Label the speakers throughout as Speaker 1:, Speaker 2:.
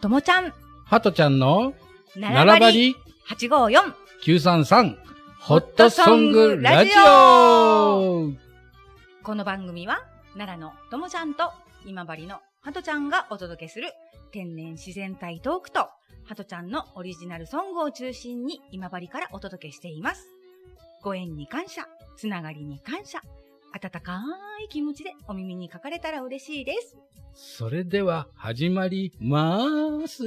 Speaker 1: ともちゃん、
Speaker 2: ハトちゃんの、
Speaker 1: なら
Speaker 2: 並
Speaker 1: ば
Speaker 2: ば
Speaker 1: り
Speaker 2: り
Speaker 1: 854。
Speaker 2: 933、ホットソングラジオ
Speaker 1: この番組は、奈良のともちゃんと今治のハトちゃんがお届けする天然自然体トークと、ハトちゃんのオリジナルソングを中心に今治からお届けしています。ご縁に感謝、つながりに感謝、温かい気持ちでお耳にかかれたら嬉しいです。
Speaker 2: それでは始まります。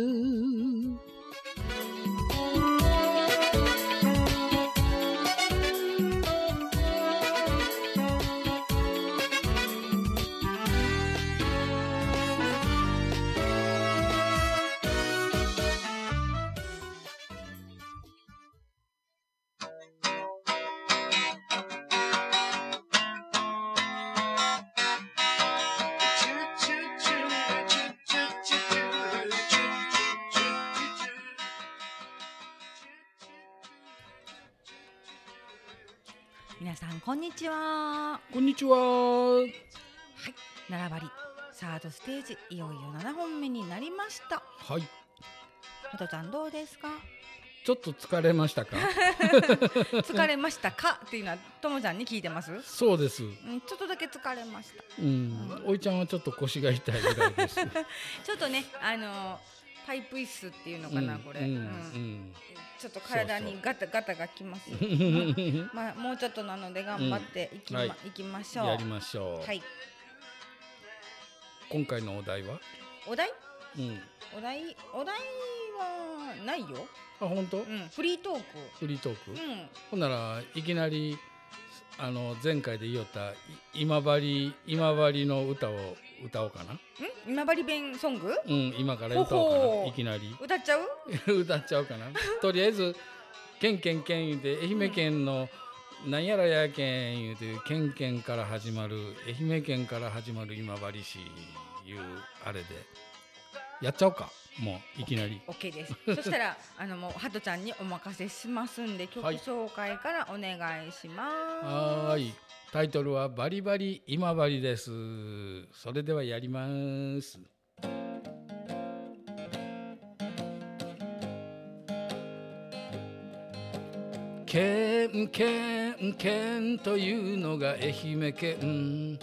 Speaker 1: 皆さん、こんにちは。
Speaker 2: こんにちは。
Speaker 1: 並ばり、サードステージ、いよいよ7本目になりました。
Speaker 2: はい。
Speaker 1: ハトちゃんどうですか
Speaker 2: ちょっと疲れました か
Speaker 1: 疲れましたかっていうのは、ともちゃんに聞いてます
Speaker 2: そうです。
Speaker 1: うん、ちょっとだけ疲れました。
Speaker 2: うん。おいちゃんはちょっと腰が痛いぐらいです。
Speaker 1: ちょっとね、あのーパイプ椅子っていうのかな、これ、
Speaker 2: うん。う
Speaker 1: うん
Speaker 2: ん
Speaker 1: ちょっと体
Speaker 2: そう
Speaker 1: に
Speaker 2: そう
Speaker 1: ガタガタがき ます。
Speaker 2: うん
Speaker 1: まあ、もうちょっとなので、頑張っていきま、
Speaker 2: はい
Speaker 1: い、きましょう。
Speaker 2: やりましょう。
Speaker 1: はい、
Speaker 2: 今回のお題は
Speaker 1: お題、
Speaker 2: うん。
Speaker 1: お題、お題はないよ。
Speaker 2: あ、本当、
Speaker 1: うん、フリートーク。
Speaker 2: フリートーク、
Speaker 1: うん、
Speaker 2: ほんならいきなりあの前回で言おったい今治今治の歌を歌おうかな
Speaker 1: うん、今治弁ソング、
Speaker 2: うん今から歌おうか
Speaker 1: ほほ
Speaker 2: ないきなり
Speaker 1: 歌っちゃう。
Speaker 2: 歌っちゃおうかなとりあえず「けんけんけん」言うて愛媛県の「なんやらやけん」言うて「けんけん」から始まる愛媛県から始まる今治市いうあれでやっちゃおうかもういきなり
Speaker 1: オッケー です。そしたら、あの、もう、ハトちゃんにお任せしますんで、曲
Speaker 2: はい
Speaker 1: 紹介からお願いします。
Speaker 2: はーい。タイトルはバリバリ今治です。それではやります。けんけんけんというのが愛媛県。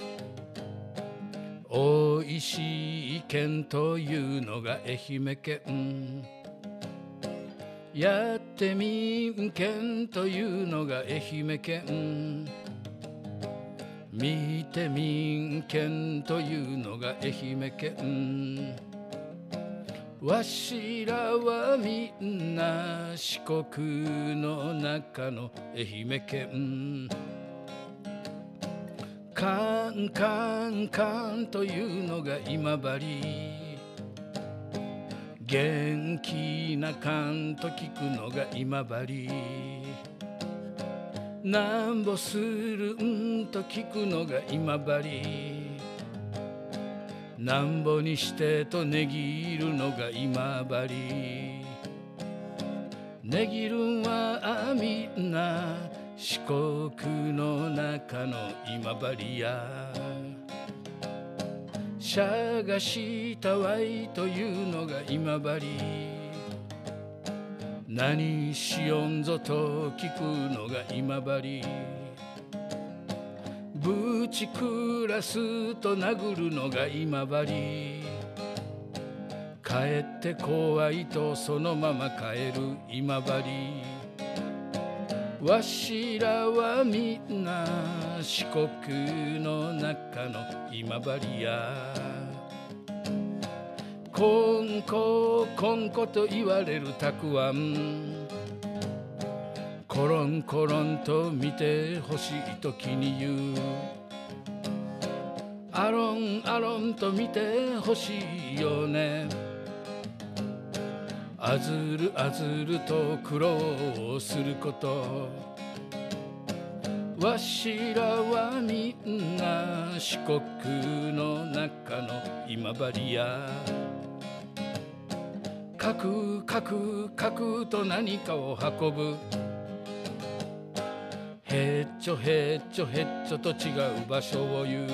Speaker 2: おいしい県というのが愛媛県。やってみんけんというのが愛媛県見てみんけんというのが愛媛県わしらはみんな四国の中の愛媛県カンカンカンというのが今治元気な感と聞くのが今治なんぼするんと聞くのが今治なんぼにしてとねぎるのが今治ねぎるんはみんな四国の中の今治やしゃがしたわいというのが今治何しよんぞと聞くのが今治ぶち暮らすと殴るのが今治帰って怖いとそのまま帰る今治わしらはみんな四国の中の今治やこんここんこと言われるたくあんコロンコロンと見てほしいときに言うアロンアロンと見てほしいよねあずるあずると苦労をすることわしらはみんな四国の中の今治やかくかくかくと何かを運ぶへっちょへっちょへっちょと違う場所を言う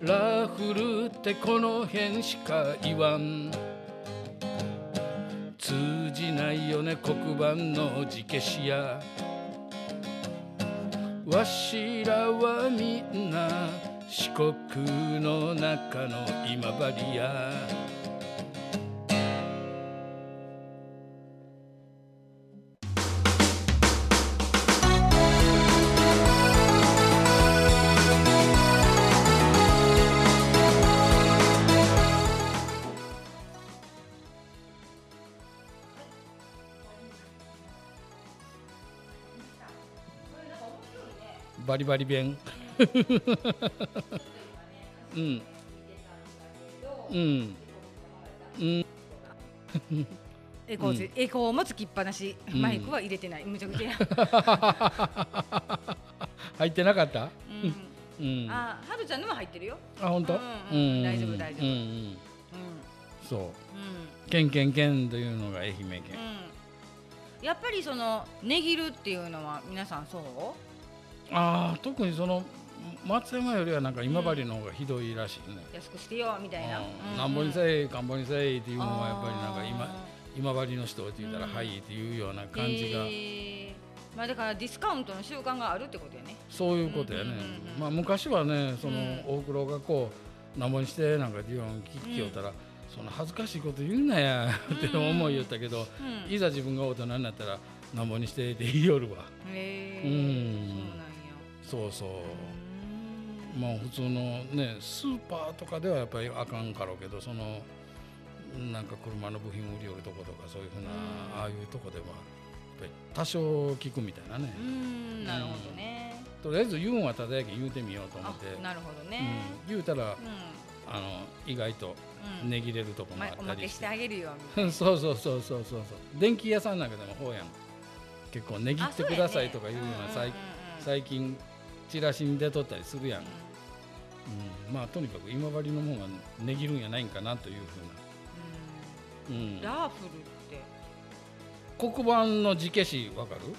Speaker 2: ラフルってこの辺しか言わん通じないよね黒板の字消しやわしらはみんな四国の中の今治やバリバリ弁 うんうん
Speaker 1: エコーつ、エコーもつきっぱなし、
Speaker 2: うん
Speaker 1: マイクは入れてない、むちゃく ちゃや。
Speaker 2: 入ってなかった
Speaker 1: うん
Speaker 2: うんあ
Speaker 1: あ、はるちゃんのも入ってるよ。
Speaker 2: 本当
Speaker 1: うんうん大丈夫大丈夫
Speaker 2: うんうん
Speaker 1: う
Speaker 2: そ
Speaker 1: ん、うん、
Speaker 2: うけんけんけんというのが愛媛県
Speaker 1: うん。やっぱりその、ねぎるっていうのは、皆さんそう。
Speaker 2: ああ特にその松山よりはなんか今治の方がひどいらしいね
Speaker 1: 安くしてよみたいな。
Speaker 2: うんなんぼに
Speaker 1: い。
Speaker 2: せいかんぼにせいっていうのはやっぱりなんか
Speaker 1: あー
Speaker 2: 今。今治の人って言ったら「はい」っていうような感じが
Speaker 1: えーまあ、だから、ディスカウントの習慣があるってことやね。
Speaker 2: そういうことやね
Speaker 1: うんうんうんうん
Speaker 2: まあ昔はねその
Speaker 1: うん
Speaker 2: 大黒がこう「なんぼにして」なんかっていうのを聞きよったら「そんな恥ずかしいこと言うなや」って思いよったけど
Speaker 1: うん。
Speaker 2: いざ自分が大人になったら「なんぼにして」って言いよるわ
Speaker 1: へえ
Speaker 2: うん
Speaker 1: そうなんや
Speaker 2: そうそう
Speaker 1: うん
Speaker 2: まあ普通のねスーパーとかではやっぱりあかんかろうけどそのなんか車の部品売りよるとことかそういうふうな
Speaker 1: うん
Speaker 2: ああいうとこではやっぱり多少聞くみたいなね
Speaker 1: うんなるほどね
Speaker 2: とりあえず言うんはただやけん言うてみようと思
Speaker 1: あ
Speaker 2: って、
Speaker 1: なるほど
Speaker 2: う
Speaker 1: ね
Speaker 2: ん、言うたら
Speaker 1: うん
Speaker 2: あの意外と
Speaker 1: うん
Speaker 2: 値切れるとこもあ
Speaker 1: ま
Speaker 2: っ
Speaker 1: お
Speaker 2: た
Speaker 1: ま
Speaker 2: り
Speaker 1: けし
Speaker 2: してて
Speaker 1: あげるよみ
Speaker 2: そうそうそうそうそうそう電気屋さんなんかでもほうやん結構値切
Speaker 1: たいな
Speaker 2: ってくださいとかいうよう
Speaker 1: あ
Speaker 2: な
Speaker 1: そや
Speaker 2: 最
Speaker 1: ねうんうんうん
Speaker 2: 最近チラシに出とったりするやん
Speaker 1: うん
Speaker 2: うん、まあとにかく今治の方が値切るんやないんかなというふう
Speaker 1: うん
Speaker 2: な、
Speaker 1: ラーフルって
Speaker 2: うん、黒板の字消しわかる
Speaker 1: うん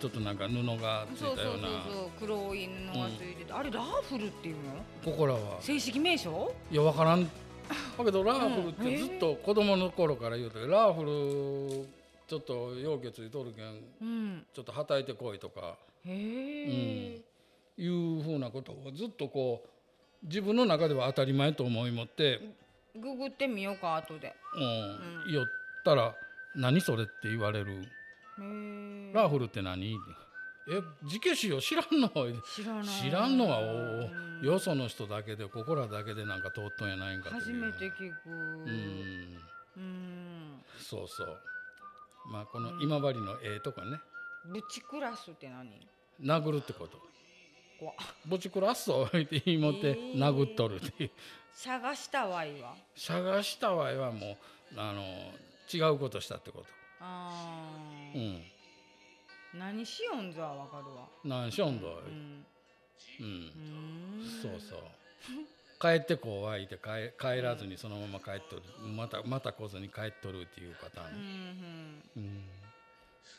Speaker 2: ちょっとなんか布がつ
Speaker 1: そう
Speaker 2: い
Speaker 1: そ
Speaker 2: た
Speaker 1: うそ
Speaker 2: よ
Speaker 1: う
Speaker 2: うな
Speaker 1: そう黒い布がついててあれラーフルっていうの
Speaker 2: ここらは
Speaker 1: 正式名称
Speaker 2: いやわからんだけどラーフ
Speaker 1: う
Speaker 2: ルっ
Speaker 1: ん
Speaker 2: て
Speaker 1: へえ
Speaker 2: ずっと子供の頃から言うてるラーフルちょっと容器ついとるけん
Speaker 1: うん
Speaker 2: ちょっとはたいてこいとか
Speaker 1: へえ
Speaker 2: いうふうなことをずっとこう自分の中では当たり前と思い持って、
Speaker 1: ググってみようか後でへ
Speaker 2: うん
Speaker 1: う
Speaker 2: 言ったら「何それ?」って言われる。
Speaker 1: え
Speaker 2: ラーフルって何え、字消しよ、知らんの
Speaker 1: 知らない
Speaker 2: 知らんのは、お
Speaker 1: うん
Speaker 2: およその人だけで、ここらだけでなんか通っとんやないんかと
Speaker 1: 初
Speaker 2: いう
Speaker 1: めて聞く
Speaker 2: うん、
Speaker 1: うん
Speaker 2: そうそう。まあ、この今治のええとかね、
Speaker 1: ブチクラスって何
Speaker 2: 殴るってこと。
Speaker 1: 怖 っ
Speaker 2: ぼちくらっそうって言いもって
Speaker 1: えー
Speaker 2: 殴っとるっていう。
Speaker 1: 探したわいは
Speaker 2: 探したわいはもう、あの、違うことしたってこと。
Speaker 1: あー、
Speaker 2: うん。
Speaker 1: 何しよんぞはわかるわ
Speaker 2: なんしょんどい。
Speaker 1: うん
Speaker 2: うん
Speaker 1: う。ーん
Speaker 2: そうそう。帰ってこう湧いて帰帰らずにそのまま帰っとるまたまた来ずに帰っとるっていうパター
Speaker 1: うん
Speaker 2: ン、うん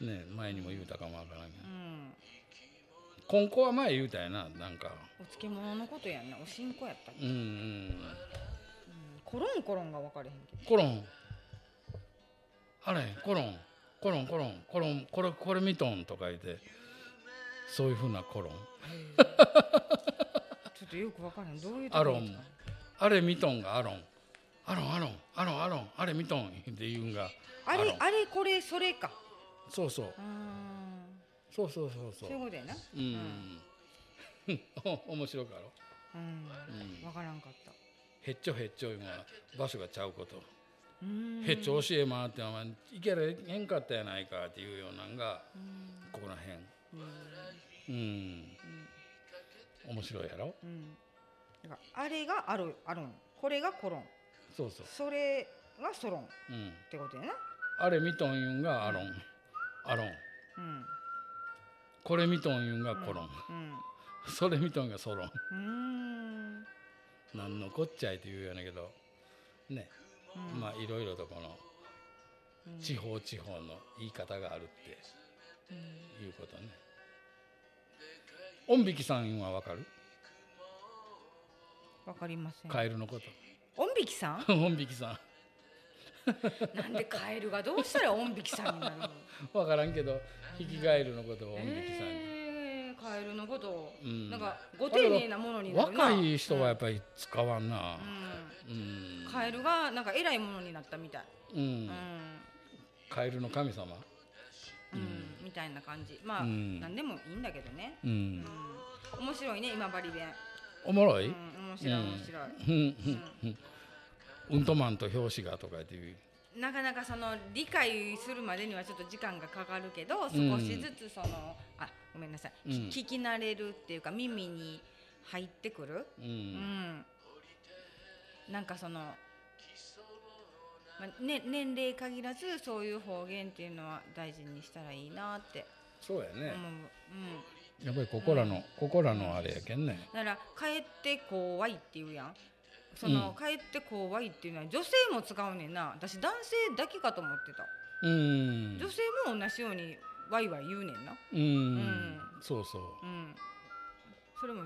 Speaker 2: ねえ前にも言うたかもわからんけ
Speaker 1: う
Speaker 2: ど
Speaker 1: ん
Speaker 2: 今後は前言うたやななんか
Speaker 1: お漬物のことやんなおしんこやったっけ、
Speaker 2: うんうん
Speaker 1: うんコロンコロンが分かれへんけど
Speaker 2: コロンあれコロンコロンコロンコロンこれこれ見とんとか言ってそういうふうなコロン
Speaker 1: ちょっとよく分からへんどういう
Speaker 2: アロンあれ見とんがアロンアロンアロンアロンアロンあれ見とんって言うんが
Speaker 1: あ
Speaker 2: ア
Speaker 1: れ
Speaker 2: ロン
Speaker 1: あれこれそれか
Speaker 2: そうそう
Speaker 1: あー
Speaker 2: そうそうそうそう
Speaker 1: そういうことやな
Speaker 2: うん 面白いかろ
Speaker 1: うん、
Speaker 2: うん
Speaker 1: 分からんかった
Speaker 2: へっちょへっちょいうのは場所がちゃうこと、
Speaker 1: うーん
Speaker 2: へっちょ教え回ってお前いけれへんかったやないかっていうようなんが
Speaker 1: うん
Speaker 2: ここらへん
Speaker 1: うん
Speaker 2: うん
Speaker 1: うん
Speaker 2: 面白いやろ
Speaker 1: うんだからあれがアロアロンこれがコロン
Speaker 2: そうそう、
Speaker 1: それがソロンっ
Speaker 2: うん、
Speaker 1: てことやな
Speaker 2: あれ見とんいうんがアロンアロン
Speaker 1: うん
Speaker 2: これ見とんいうんがコロン、
Speaker 1: うん
Speaker 2: それ見とんがソロン
Speaker 1: うーん
Speaker 2: なんのこっちゃいって言うようなけどね
Speaker 1: うん
Speaker 2: まあいろいろとこの
Speaker 1: うん
Speaker 2: 地方地方の言い方があるって
Speaker 1: うん
Speaker 2: いうことね。音引きさんはわかる
Speaker 1: わかりません。
Speaker 2: カエルのこと
Speaker 1: 音引きさん
Speaker 2: 本引きさ
Speaker 1: なんでカエルがどうしたら音引きさんになるの
Speaker 2: んわからんけど引きガエルのことを本引きさんに、
Speaker 1: えー、カエルのことを、
Speaker 2: うん
Speaker 1: なんかご丁寧なものになるな
Speaker 2: 若い人はやっぱり使わんな
Speaker 1: う
Speaker 2: うん
Speaker 1: ん、カエルがなんか偉いものになったみたい、
Speaker 2: うん、
Speaker 1: うん
Speaker 2: カエルの神様
Speaker 1: うんみたいな感じまあ、
Speaker 2: うん
Speaker 1: 何でもいいんだけどね、
Speaker 2: う
Speaker 1: うん
Speaker 2: ん、
Speaker 1: 面白いね今治弁、
Speaker 2: おもろ
Speaker 1: う
Speaker 2: い、
Speaker 1: ん、
Speaker 2: うん
Speaker 1: 面白い面白い、
Speaker 2: うんうん、とマンと表紙がとかっていう
Speaker 1: なかなかその理解するまでにはちょっと時間がかかるけど
Speaker 2: ん
Speaker 1: 少しずつその、あごめんなさい、
Speaker 2: うん
Speaker 1: 聞聞き慣れるっていうか耳に入ってくる、う
Speaker 2: う
Speaker 1: ん
Speaker 2: ん
Speaker 1: なんかその、まあね、年齢限らずそういう方言っていうのは大事にしたらいいなって
Speaker 2: そうや
Speaker 1: 思う、
Speaker 2: ね
Speaker 1: うん、
Speaker 2: やっぱりここらの、ここらのあれやけんね
Speaker 1: だから「帰って怖い」って言うやんその、
Speaker 2: うん
Speaker 1: 帰って怖いっていうのは女性も使うねんな私男性だけかと思ってた
Speaker 2: うん
Speaker 1: 女性も同じようにワイワイ言うねんな
Speaker 2: うん、
Speaker 1: ん
Speaker 2: そうそう
Speaker 1: うんそれもへえ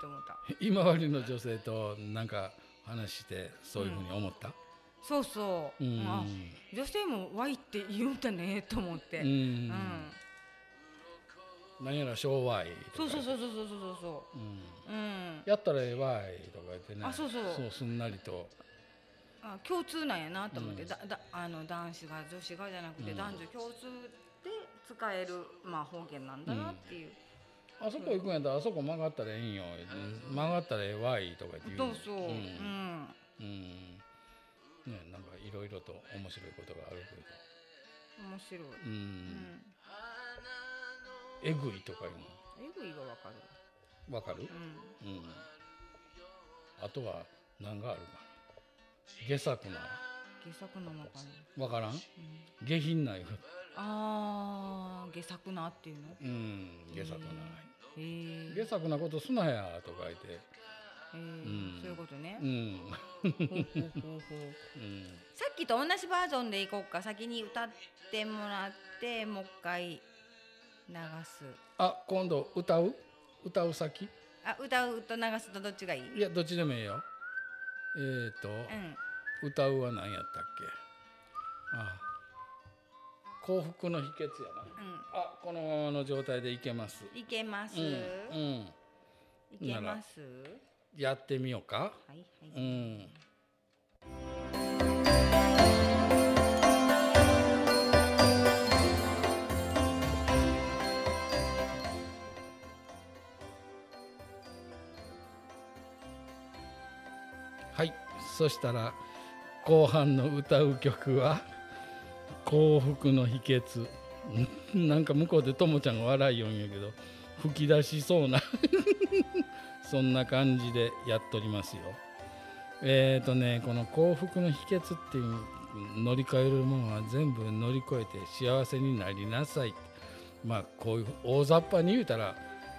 Speaker 1: と思った
Speaker 2: 今まりの女性となんか話してそういうふうに思った、
Speaker 1: そうそう、
Speaker 2: うん
Speaker 1: あ女性もワイって言うんだねと思って
Speaker 2: うん
Speaker 1: うん、
Speaker 2: なんやら昭和い、
Speaker 1: そうそうそううそうそうそうそ
Speaker 2: うん、
Speaker 1: ううん
Speaker 2: やったらええわいとか言ってね
Speaker 1: あそうそう
Speaker 2: そうすんなりと
Speaker 1: あ共通なんやなと思って、
Speaker 2: うん
Speaker 1: だだあの男子が女子がじゃなくて、
Speaker 2: うん
Speaker 1: 男女共通で使える、まあ、方言なんだなっていう、
Speaker 2: あそこ行くんやったらあそこ曲がったらええんよ、曲がったらええわいとか言って言
Speaker 1: そううそう、うん
Speaker 2: んうんねなんかいろいろと面白いことがあるけど
Speaker 1: 面白い、
Speaker 2: うん、
Speaker 1: うん、
Speaker 2: えぐいとかいう
Speaker 1: えぐいがわかる、
Speaker 2: のわかる
Speaker 1: う、ん、
Speaker 2: うん、あとは何があるかな下作な
Speaker 1: 下作なのかな、
Speaker 2: わからん
Speaker 1: うん、
Speaker 2: 下品なよ、
Speaker 1: あー下作なっていうの
Speaker 2: うん、下作な
Speaker 1: へえ
Speaker 2: 下作なことすなやとか言って
Speaker 1: へえ
Speaker 2: ん
Speaker 1: そういうことね
Speaker 2: う、ん、
Speaker 1: ほうほうほうほう
Speaker 2: うん、
Speaker 1: さっきと同じバージョンでいこうか先に歌ってもらってもう一回流す
Speaker 2: あ今度歌う歌う先
Speaker 1: あ歌うと流すとどっちがいい
Speaker 2: いやどっちでもいいよえー、と、
Speaker 1: うん
Speaker 2: 歌うは何やったっけあ幸福の秘訣やな
Speaker 1: う
Speaker 2: あこのままの状態でいけます
Speaker 1: んいけます、
Speaker 2: うん、う
Speaker 1: い
Speaker 2: ん、
Speaker 1: けます
Speaker 2: やってみようか
Speaker 1: はいはい、
Speaker 2: うんはいそしたら後半の歌う曲は「幸福の秘訣」 んなんか向こうでともちゃんが笑いよんやけど吹き出しそうな そんな感じでやっとりますよえーとねこの幸福の秘訣っていう乗り換えるものは全部乗り越えて幸せになりなさいまあこういう大雑把に言うたら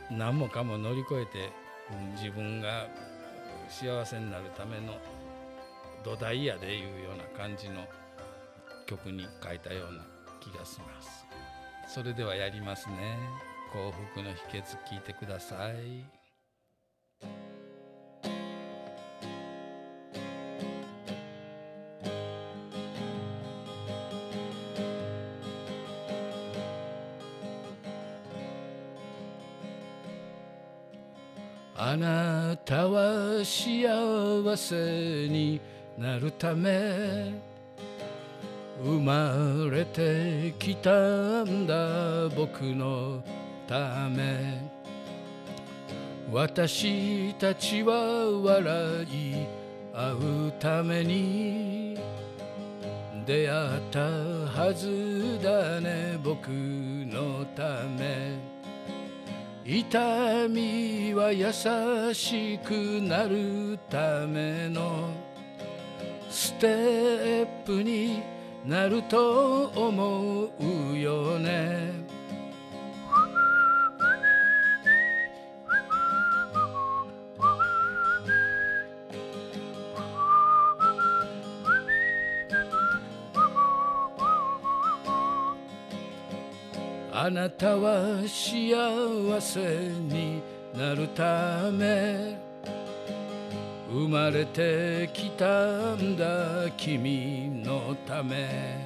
Speaker 2: 何もかも乗り越えてうん自分が幸せになるための土台やでいうような感じの曲に書いたような気がしますそれではやりますね幸福の秘訣聞いてくださいあなたは幸せになるため生まれてきたんだ僕のため私たちは笑い合うために出会ったはずだね僕のため痛みは優しくなるためのステップになると思うよねあなたは幸せになるため生生まれてきたんだ君のため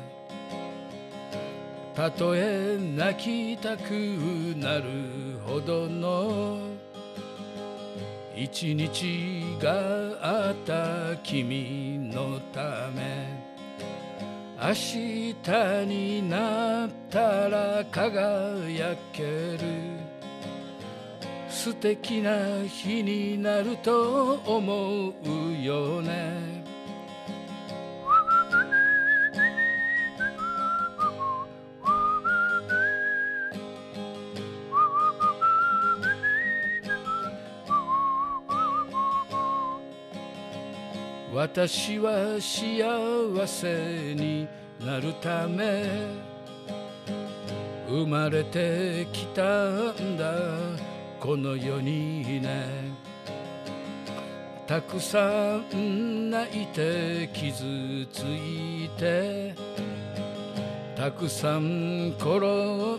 Speaker 2: たとえ泣きたくなるほどの一日があった君のため明日になったら輝ける素敵な日になると思うよね私は幸せになるため生まれてきたんだこの世にねたくさん泣いて傷ついてたくさん転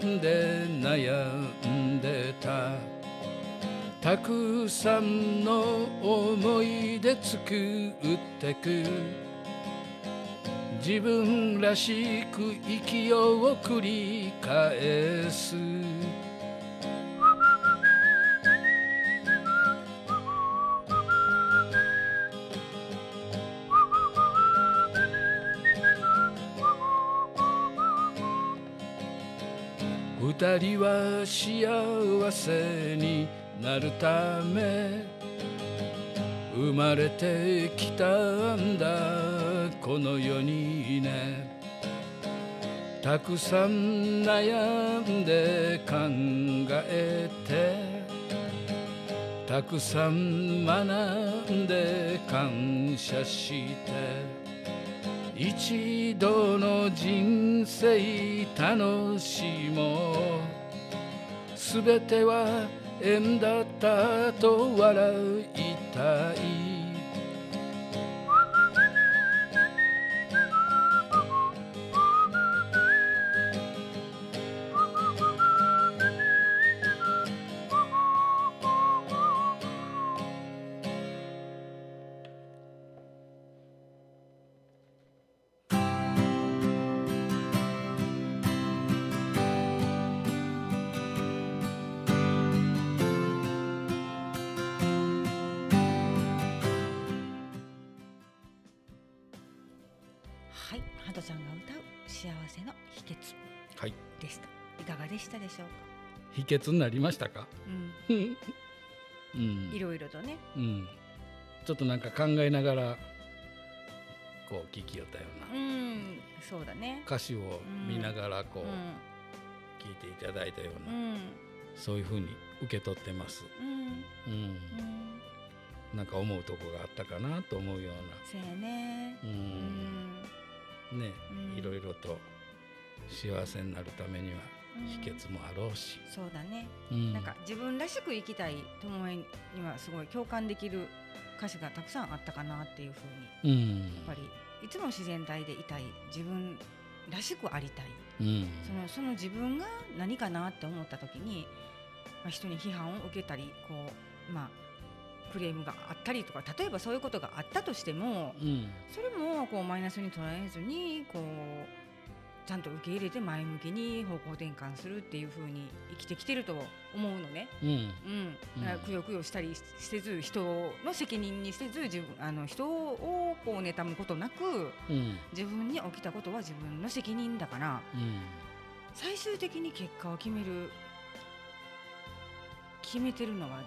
Speaker 2: んで悩んでたたくさんの思い出作ってく自分らしく生きようを繰り返す二人は幸せになるため生まれてきたんだこの世にねたくさん悩んで考えてたくさん学んで感謝して一度の人生楽しもうすべては縁だったと笑いたい
Speaker 1: はい、ハトちゃんが歌う幸せの秘訣
Speaker 2: はい
Speaker 1: でした。いかがでしたでしょうか。
Speaker 2: 秘訣になりましたか
Speaker 1: うん、
Speaker 2: うん、
Speaker 1: いろいろとね、
Speaker 2: うん、ちょっとなんか考えながらこう聞きよったような
Speaker 1: うん、そうだね。
Speaker 2: 歌詞を見ながら
Speaker 1: う、
Speaker 2: こうん聞いていただいたよう
Speaker 1: う
Speaker 2: な、
Speaker 1: ん、
Speaker 2: そういうふうに受け取ってます、
Speaker 1: うん、
Speaker 2: う
Speaker 1: う
Speaker 2: ん、
Speaker 1: ん、
Speaker 2: なんか思うとこがあったかなと思うよ
Speaker 1: そうやね
Speaker 2: う。な、う
Speaker 1: うんん、
Speaker 2: ね
Speaker 1: うん
Speaker 2: いろいろと幸せになるためには秘訣もあろうし、
Speaker 1: そうだね。
Speaker 2: うん
Speaker 1: なんか自分らしく生きたいともえにはすごい共感できる歌詞がたくさんあったかなっていうふうに
Speaker 2: うん
Speaker 1: やっぱりいつも自然体でいたい自分らしくありたい
Speaker 2: うん
Speaker 1: そのその自分が何かなって思った時に、まあ、人に批判を受けたりこう、まあ、クレームがあったりとか例えばそういうことがあったとしても
Speaker 2: うん
Speaker 1: それもこうマイナスに捉えずにこうちゃんと受け入れて前向きに方向転換するっていう風に生きてきてると思うのね。
Speaker 2: うん
Speaker 1: うん
Speaker 2: うん、
Speaker 1: だからくよくよしたりしせず人の責任にせず自分あの人をこう妬むことなく
Speaker 2: うん
Speaker 1: 自分に起きたことは自分の責任だから
Speaker 2: うん
Speaker 1: 最終的に結果を決める決めてるのは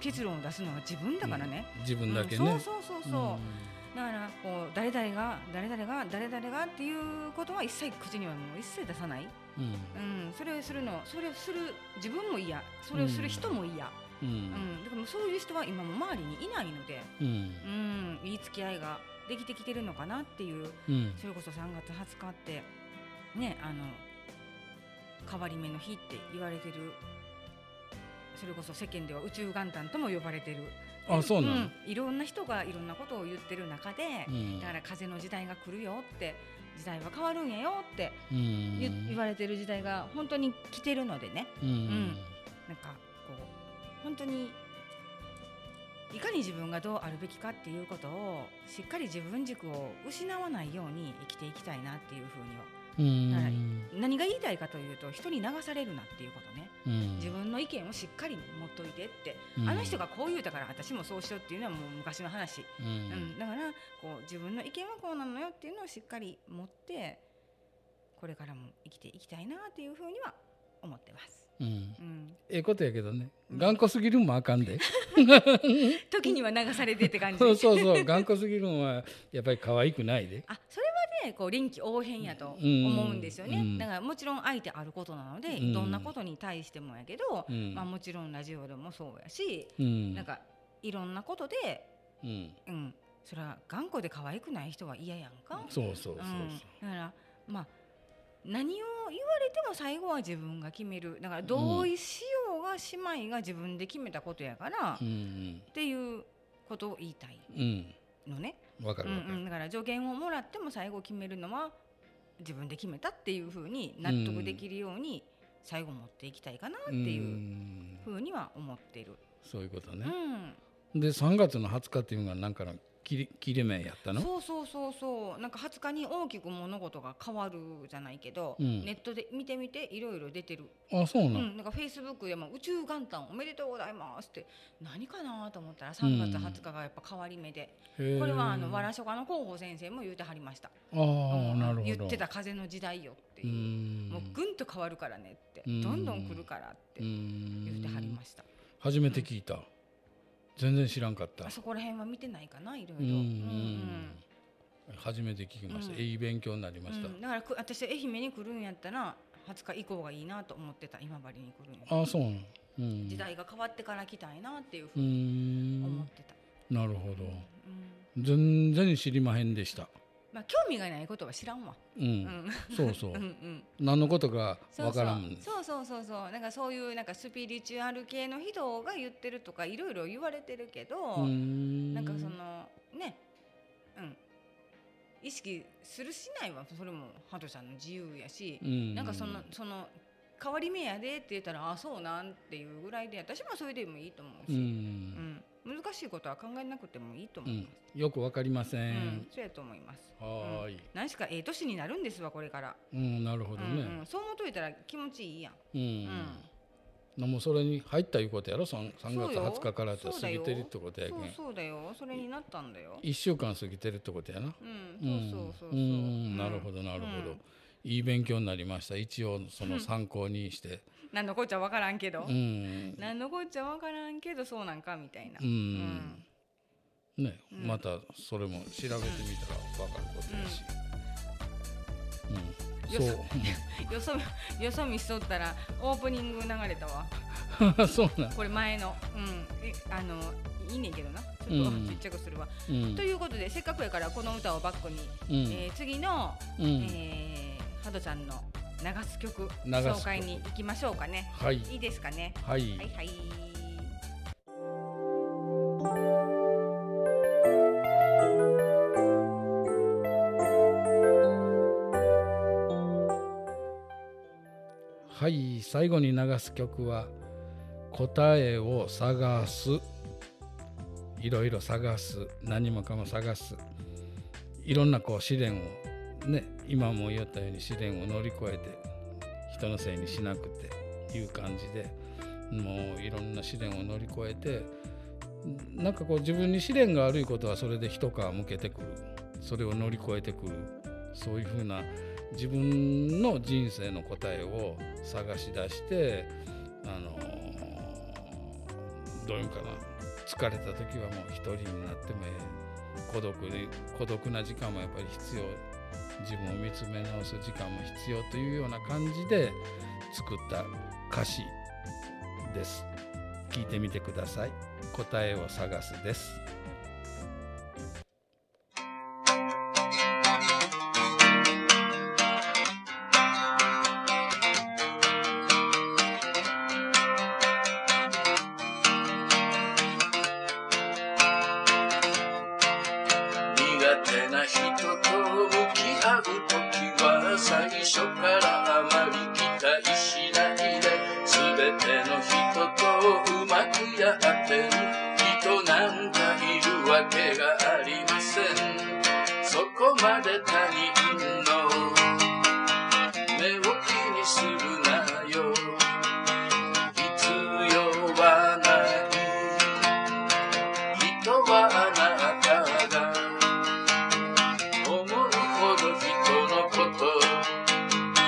Speaker 1: 結論を出すのは自分だからね。
Speaker 2: 自分だけ
Speaker 1: う
Speaker 2: ね
Speaker 1: ん、そうそうそうそう、だからこう誰々が誰々が誰々がっていうことは一切口にはもう一切出さない、
Speaker 2: うん
Speaker 1: うん、それをするのそれをする自分も嫌それをする人も嫌、
Speaker 2: うんうん
Speaker 1: うん、だからもうそういう人は今も周りにいないので、
Speaker 2: うん
Speaker 1: うん、いい付き合いができてきてるのかなっていう
Speaker 2: うん
Speaker 1: それこそ3月20日ってねあの変わり目の日って言われてるそれこそ世間では宇宙元旦とも呼ばれてる
Speaker 2: あそうなの、
Speaker 1: うんいろんな人がいろんなことを言ってる中で、
Speaker 2: うん
Speaker 1: だから風の時代が来るよって時代は変わるんやよって
Speaker 2: うん
Speaker 1: 言,、言われてる時代が本当に来てるのでね。
Speaker 2: うん
Speaker 1: なんかこう本当にいかに自分がどうあるべきかっていうことをしっかり自分軸を失わないように生きていきたいなっていうふうには
Speaker 2: うん
Speaker 1: はい何が言いたいかというと人に流されるなっていうことね
Speaker 2: うん
Speaker 1: 自分の意見をしっかり持っといてって、
Speaker 2: うん
Speaker 1: あの人がこう言うたから私もそうしようっていうのはもう昔の話、
Speaker 2: う
Speaker 1: うん
Speaker 2: ん
Speaker 1: だからこう自分の意見はこうなのよっていうのをしっかり持ってこれからも生きていきたいなっていうふうには思ってます、
Speaker 2: うん
Speaker 1: うん、
Speaker 2: ええことやけどね頑固すぎるんもあか んで
Speaker 1: 時には流されてって感じ
Speaker 2: そうそうそう頑固すぎるんはやっぱり可愛くないで
Speaker 1: あそれはねこう臨機応変やと思うんですよね、
Speaker 2: うんうん
Speaker 1: だからもちろん相手あることなので、
Speaker 2: うん
Speaker 1: どんなことに対してもやけど、
Speaker 2: うん
Speaker 1: まあ、もちろんラジオでもそうやし、
Speaker 2: うん
Speaker 1: なんかいろんなことで、
Speaker 2: うん
Speaker 1: うん、それは頑固で可愛くない人は嫌やんか、
Speaker 2: そうそうそうそ
Speaker 1: う
Speaker 2: う
Speaker 1: ん、だからまあ何を言われても最後は自分が決めるだから同意しようがしまいが自分で決めたことやから、
Speaker 2: う
Speaker 1: っ
Speaker 2: ん
Speaker 1: ていうことを言いたい
Speaker 2: うん
Speaker 1: のね。
Speaker 2: うんわかるわか
Speaker 1: うんう
Speaker 2: る
Speaker 1: ん、だから助言をもらっても最後決めるのは自分で決めたっていうふうに納得できるように最後持っていきたいかなっていううふうには思ってる。
Speaker 2: そういうこと
Speaker 1: う
Speaker 2: ね
Speaker 1: ん、
Speaker 2: で3月の20日っていうのがなんかの切れ切れ目やったの
Speaker 1: そうそうそうそうなんか20日に大きく物事が変わるじゃないけど、
Speaker 2: うん
Speaker 1: ネットで見てみていろいろ出てる、
Speaker 2: あそ
Speaker 1: う
Speaker 2: うな
Speaker 1: ん
Speaker 2: の
Speaker 1: なんかフェイスブックでも「宇宙元旦おめでとうございます」って何かなと思ったら3月20日がやっぱ変わり目で、
Speaker 2: へえ
Speaker 1: これはあのわらしょかの広報先生も言うてはりました、
Speaker 2: ああ
Speaker 1: うん
Speaker 2: なるほど
Speaker 1: 言ってた風の時代よっていうう。
Speaker 2: ん
Speaker 1: もうぐんと変わるからねって、
Speaker 2: うん
Speaker 1: どんどん来るからって言ってはりま
Speaker 2: し
Speaker 1: した、
Speaker 2: 初めて聞いた全然知らんかった
Speaker 1: あそこら辺は見てないかないろい
Speaker 2: うん
Speaker 1: ろ、うん
Speaker 2: うん初めて聞きました
Speaker 1: うん
Speaker 2: いい勉強になりまし
Speaker 1: うんだからく私愛媛に来るんやったら20日以降がいいなと思ってた今治に来るんやった
Speaker 2: たあそうなのうん
Speaker 1: 時代が変わってから来たいなっていうふ
Speaker 2: う
Speaker 1: うに思っ
Speaker 2: ん
Speaker 1: てた、
Speaker 2: なるほど
Speaker 1: うん
Speaker 2: 全然知りまへんでした
Speaker 1: まあ興味がないことは知らんわ、
Speaker 2: う
Speaker 1: うんん、
Speaker 2: そうそう
Speaker 1: うんうん
Speaker 2: 何のことか
Speaker 1: そう
Speaker 2: わ
Speaker 1: そ
Speaker 2: か
Speaker 1: う
Speaker 2: らん
Speaker 1: そうそうそうそうなんかそういうなんかスピリチュアル系の人が言ってるとかいろいろ言われてるけど、
Speaker 2: うん
Speaker 1: なんかそのねうん意識するしないはそれもハトさんの自由やし、
Speaker 2: うん
Speaker 1: なんかそのその変わり目やでって言ったらあそうなんっていうぐらいで私もそれでもいいと思う
Speaker 2: う
Speaker 1: し、
Speaker 2: ん
Speaker 1: うん難しいことは考えなくてもいいと
Speaker 2: う
Speaker 1: 思い
Speaker 2: ん
Speaker 1: ます、
Speaker 2: よくわかりませ
Speaker 1: うん
Speaker 2: ん
Speaker 1: そうやと思います
Speaker 2: はーい
Speaker 1: 何しかええ年になるんですわこれから、
Speaker 2: うんなるほ
Speaker 1: う
Speaker 2: ど
Speaker 1: ん
Speaker 2: ね
Speaker 1: うん、そう思っといたら気持ちいいやん
Speaker 2: うん
Speaker 1: ん
Speaker 2: なもうそれに入ったいうことやろ3月
Speaker 1: そうよ
Speaker 2: 20日からって過ぎてるってことやけ
Speaker 1: そうんそうだよそれになったんだよ
Speaker 2: 1週間過ぎてるってことやな
Speaker 1: うんそうそうそうそう、
Speaker 2: んんなるほ
Speaker 1: ど
Speaker 2: どなるほど、
Speaker 1: うん
Speaker 2: いい勉強になりました一応その参考にして
Speaker 1: 何のこっちゃわからんけど、
Speaker 2: うん、
Speaker 1: 何のこっちゃわからんけどそうなんかみたいな、
Speaker 2: うんね、
Speaker 1: うん
Speaker 2: またそれも調べてみたら分かることやし、
Speaker 1: よ
Speaker 2: う
Speaker 1: そ
Speaker 2: ん
Speaker 1: よそよそ見しとったらオープニング流れたわ
Speaker 2: そうそうなん、
Speaker 1: これ前のうんえあのいいねんけどなちょっと
Speaker 2: うん
Speaker 1: ちっちゃくするわ、
Speaker 2: うん
Speaker 1: ということでせっかくやからこの歌をバックに、
Speaker 2: うん
Speaker 1: えー次の、
Speaker 2: うん
Speaker 1: えーハドちゃんの流す曲
Speaker 2: 流す曲
Speaker 1: 紹介に行きましょうかね
Speaker 2: はい
Speaker 1: いいですかね
Speaker 2: はい、
Speaker 1: はいはい
Speaker 2: はい、最後に流す曲は「答えを探す」「いろいろ探す」「何もかも探す」いろんなこう試練をね今も言ったように試練を乗り越えて人のせいにしなくていう感じでもういろんな試練を乗り越えてなんかこう自分に試練があるいうことはそれで一皮向けてくるそれを乗り越えてくるそういうふうな自分の人生の答えを探し出してあのどういうのかな疲れた時はもう一人になってもええ孤独に孤独な時間もやっぱり必要自分を見つめ直す時間も必要というような感じで作った歌詞です聞いてみてください答えを探すです
Speaker 3: 苦手な人と向き合う時は最初からあまり期待しないで全ての人とうまくやってる人なんてまで他人の目を気にするなよ必要はない人はあなたが思うほど人のこと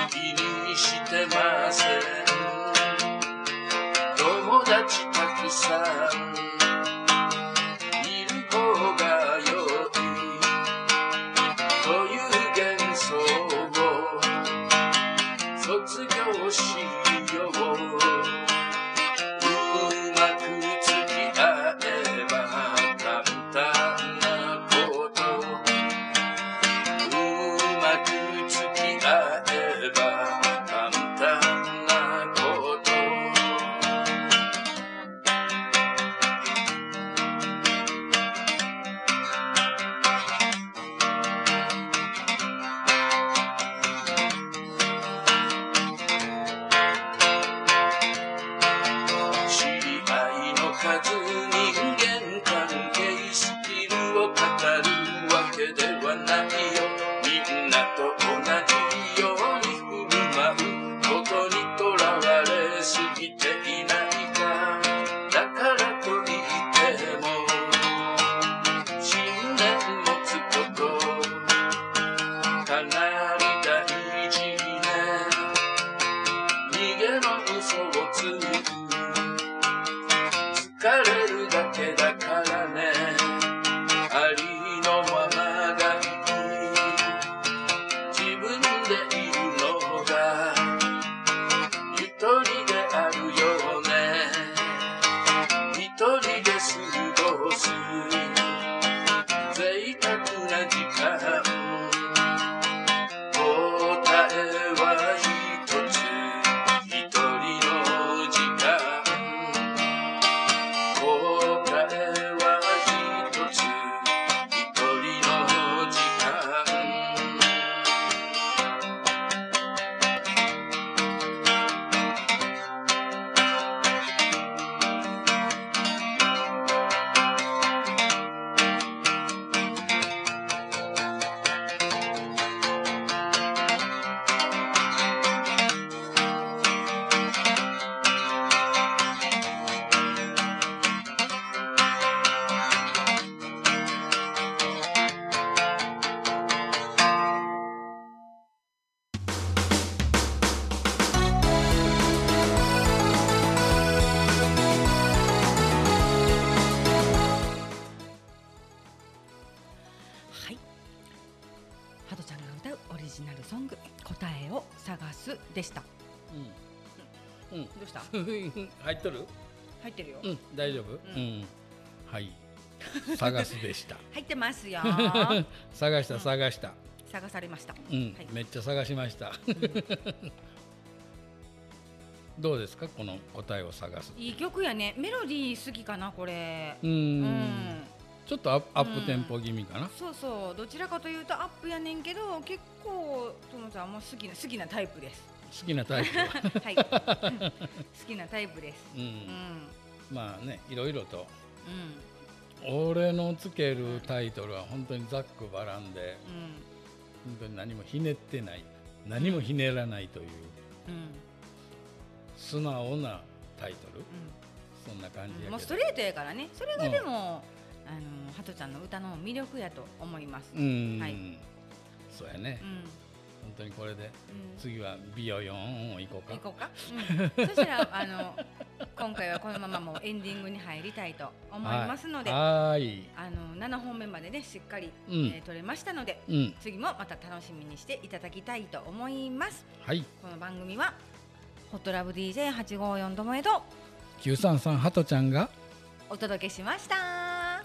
Speaker 3: 気にしてません友達たくさんいる方が良いという幻想を卒業しよううまく付き合えば簡単なことうまく付き合えば簡単なこと知り合いの数人間関係スキルを語るわけではないよみんなと同じように振る舞うことにとらわれすぎていないかだからといっても信念持つことかなり大事ね逃げの嘘をつく疲れるだけだからねありのままがいい自分でいるのがゆとりであるよね一人で過ごす贅沢な時間答えは一つ一人の時間答えは一つ一人の時間
Speaker 1: はい。ハトちゃんが歌うオリジナルソング答えを探すでした。
Speaker 2: うん、
Speaker 1: どうした？
Speaker 2: うん、 入っとる
Speaker 1: 入ってるよ。
Speaker 2: うん、大丈夫、うん、はい、探すで した。
Speaker 1: 入ってますよ。探
Speaker 2: 探した、探した、
Speaker 1: されました。
Speaker 2: うん、
Speaker 1: はい
Speaker 2: めっちゃ探しました。どうですか、この答えを探す。
Speaker 1: いい曲やね。メロディー好きかなこれ。
Speaker 2: う、
Speaker 1: うん
Speaker 2: ちょっとアップアップテンポ気味かな。
Speaker 1: そうそうどちらかというとアップやねんけど結構ともちゃんも好きな好きなタイプです。
Speaker 2: 好きなタイプは。
Speaker 1: はい。うん好きなタイプです。
Speaker 2: うん、
Speaker 1: うん
Speaker 2: まあね、いろいろと。
Speaker 1: うん
Speaker 2: 俺のつけるタイトルは本当にざっくばらんで、
Speaker 1: うん
Speaker 2: 本当に何もひねってない、何もひねらないという
Speaker 1: うん
Speaker 2: 素直なタイトル。
Speaker 1: うん。
Speaker 2: そんな感じやけど。
Speaker 1: もうストレートやからねそれがでも、あのハトちゃんの歌の魅力やと思います、
Speaker 2: うーん、
Speaker 1: はい
Speaker 2: そうやね、
Speaker 1: うん
Speaker 2: 本当にこれで
Speaker 1: うん
Speaker 2: 次はビヨヨーンを行こうか
Speaker 1: 行こうか、うん、そしたらあの今回はこのままもうエンディングに入りたいと思いますので、
Speaker 2: はーい
Speaker 1: あの7本目までねしっかり、
Speaker 2: うん
Speaker 1: えー取れましたので
Speaker 2: うん
Speaker 1: 次もまた楽しみにしていただきたいと思います
Speaker 2: はい
Speaker 1: この番組はホットラブ DJ854 ともえと
Speaker 2: 933ハトちゃんが
Speaker 1: お届けしました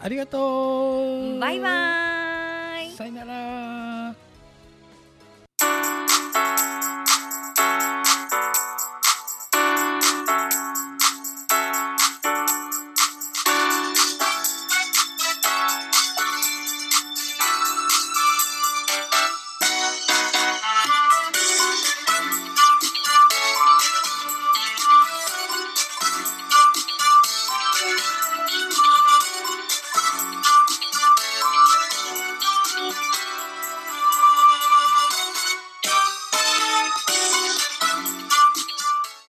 Speaker 2: ありがとう
Speaker 1: バイバーイ
Speaker 2: さよなら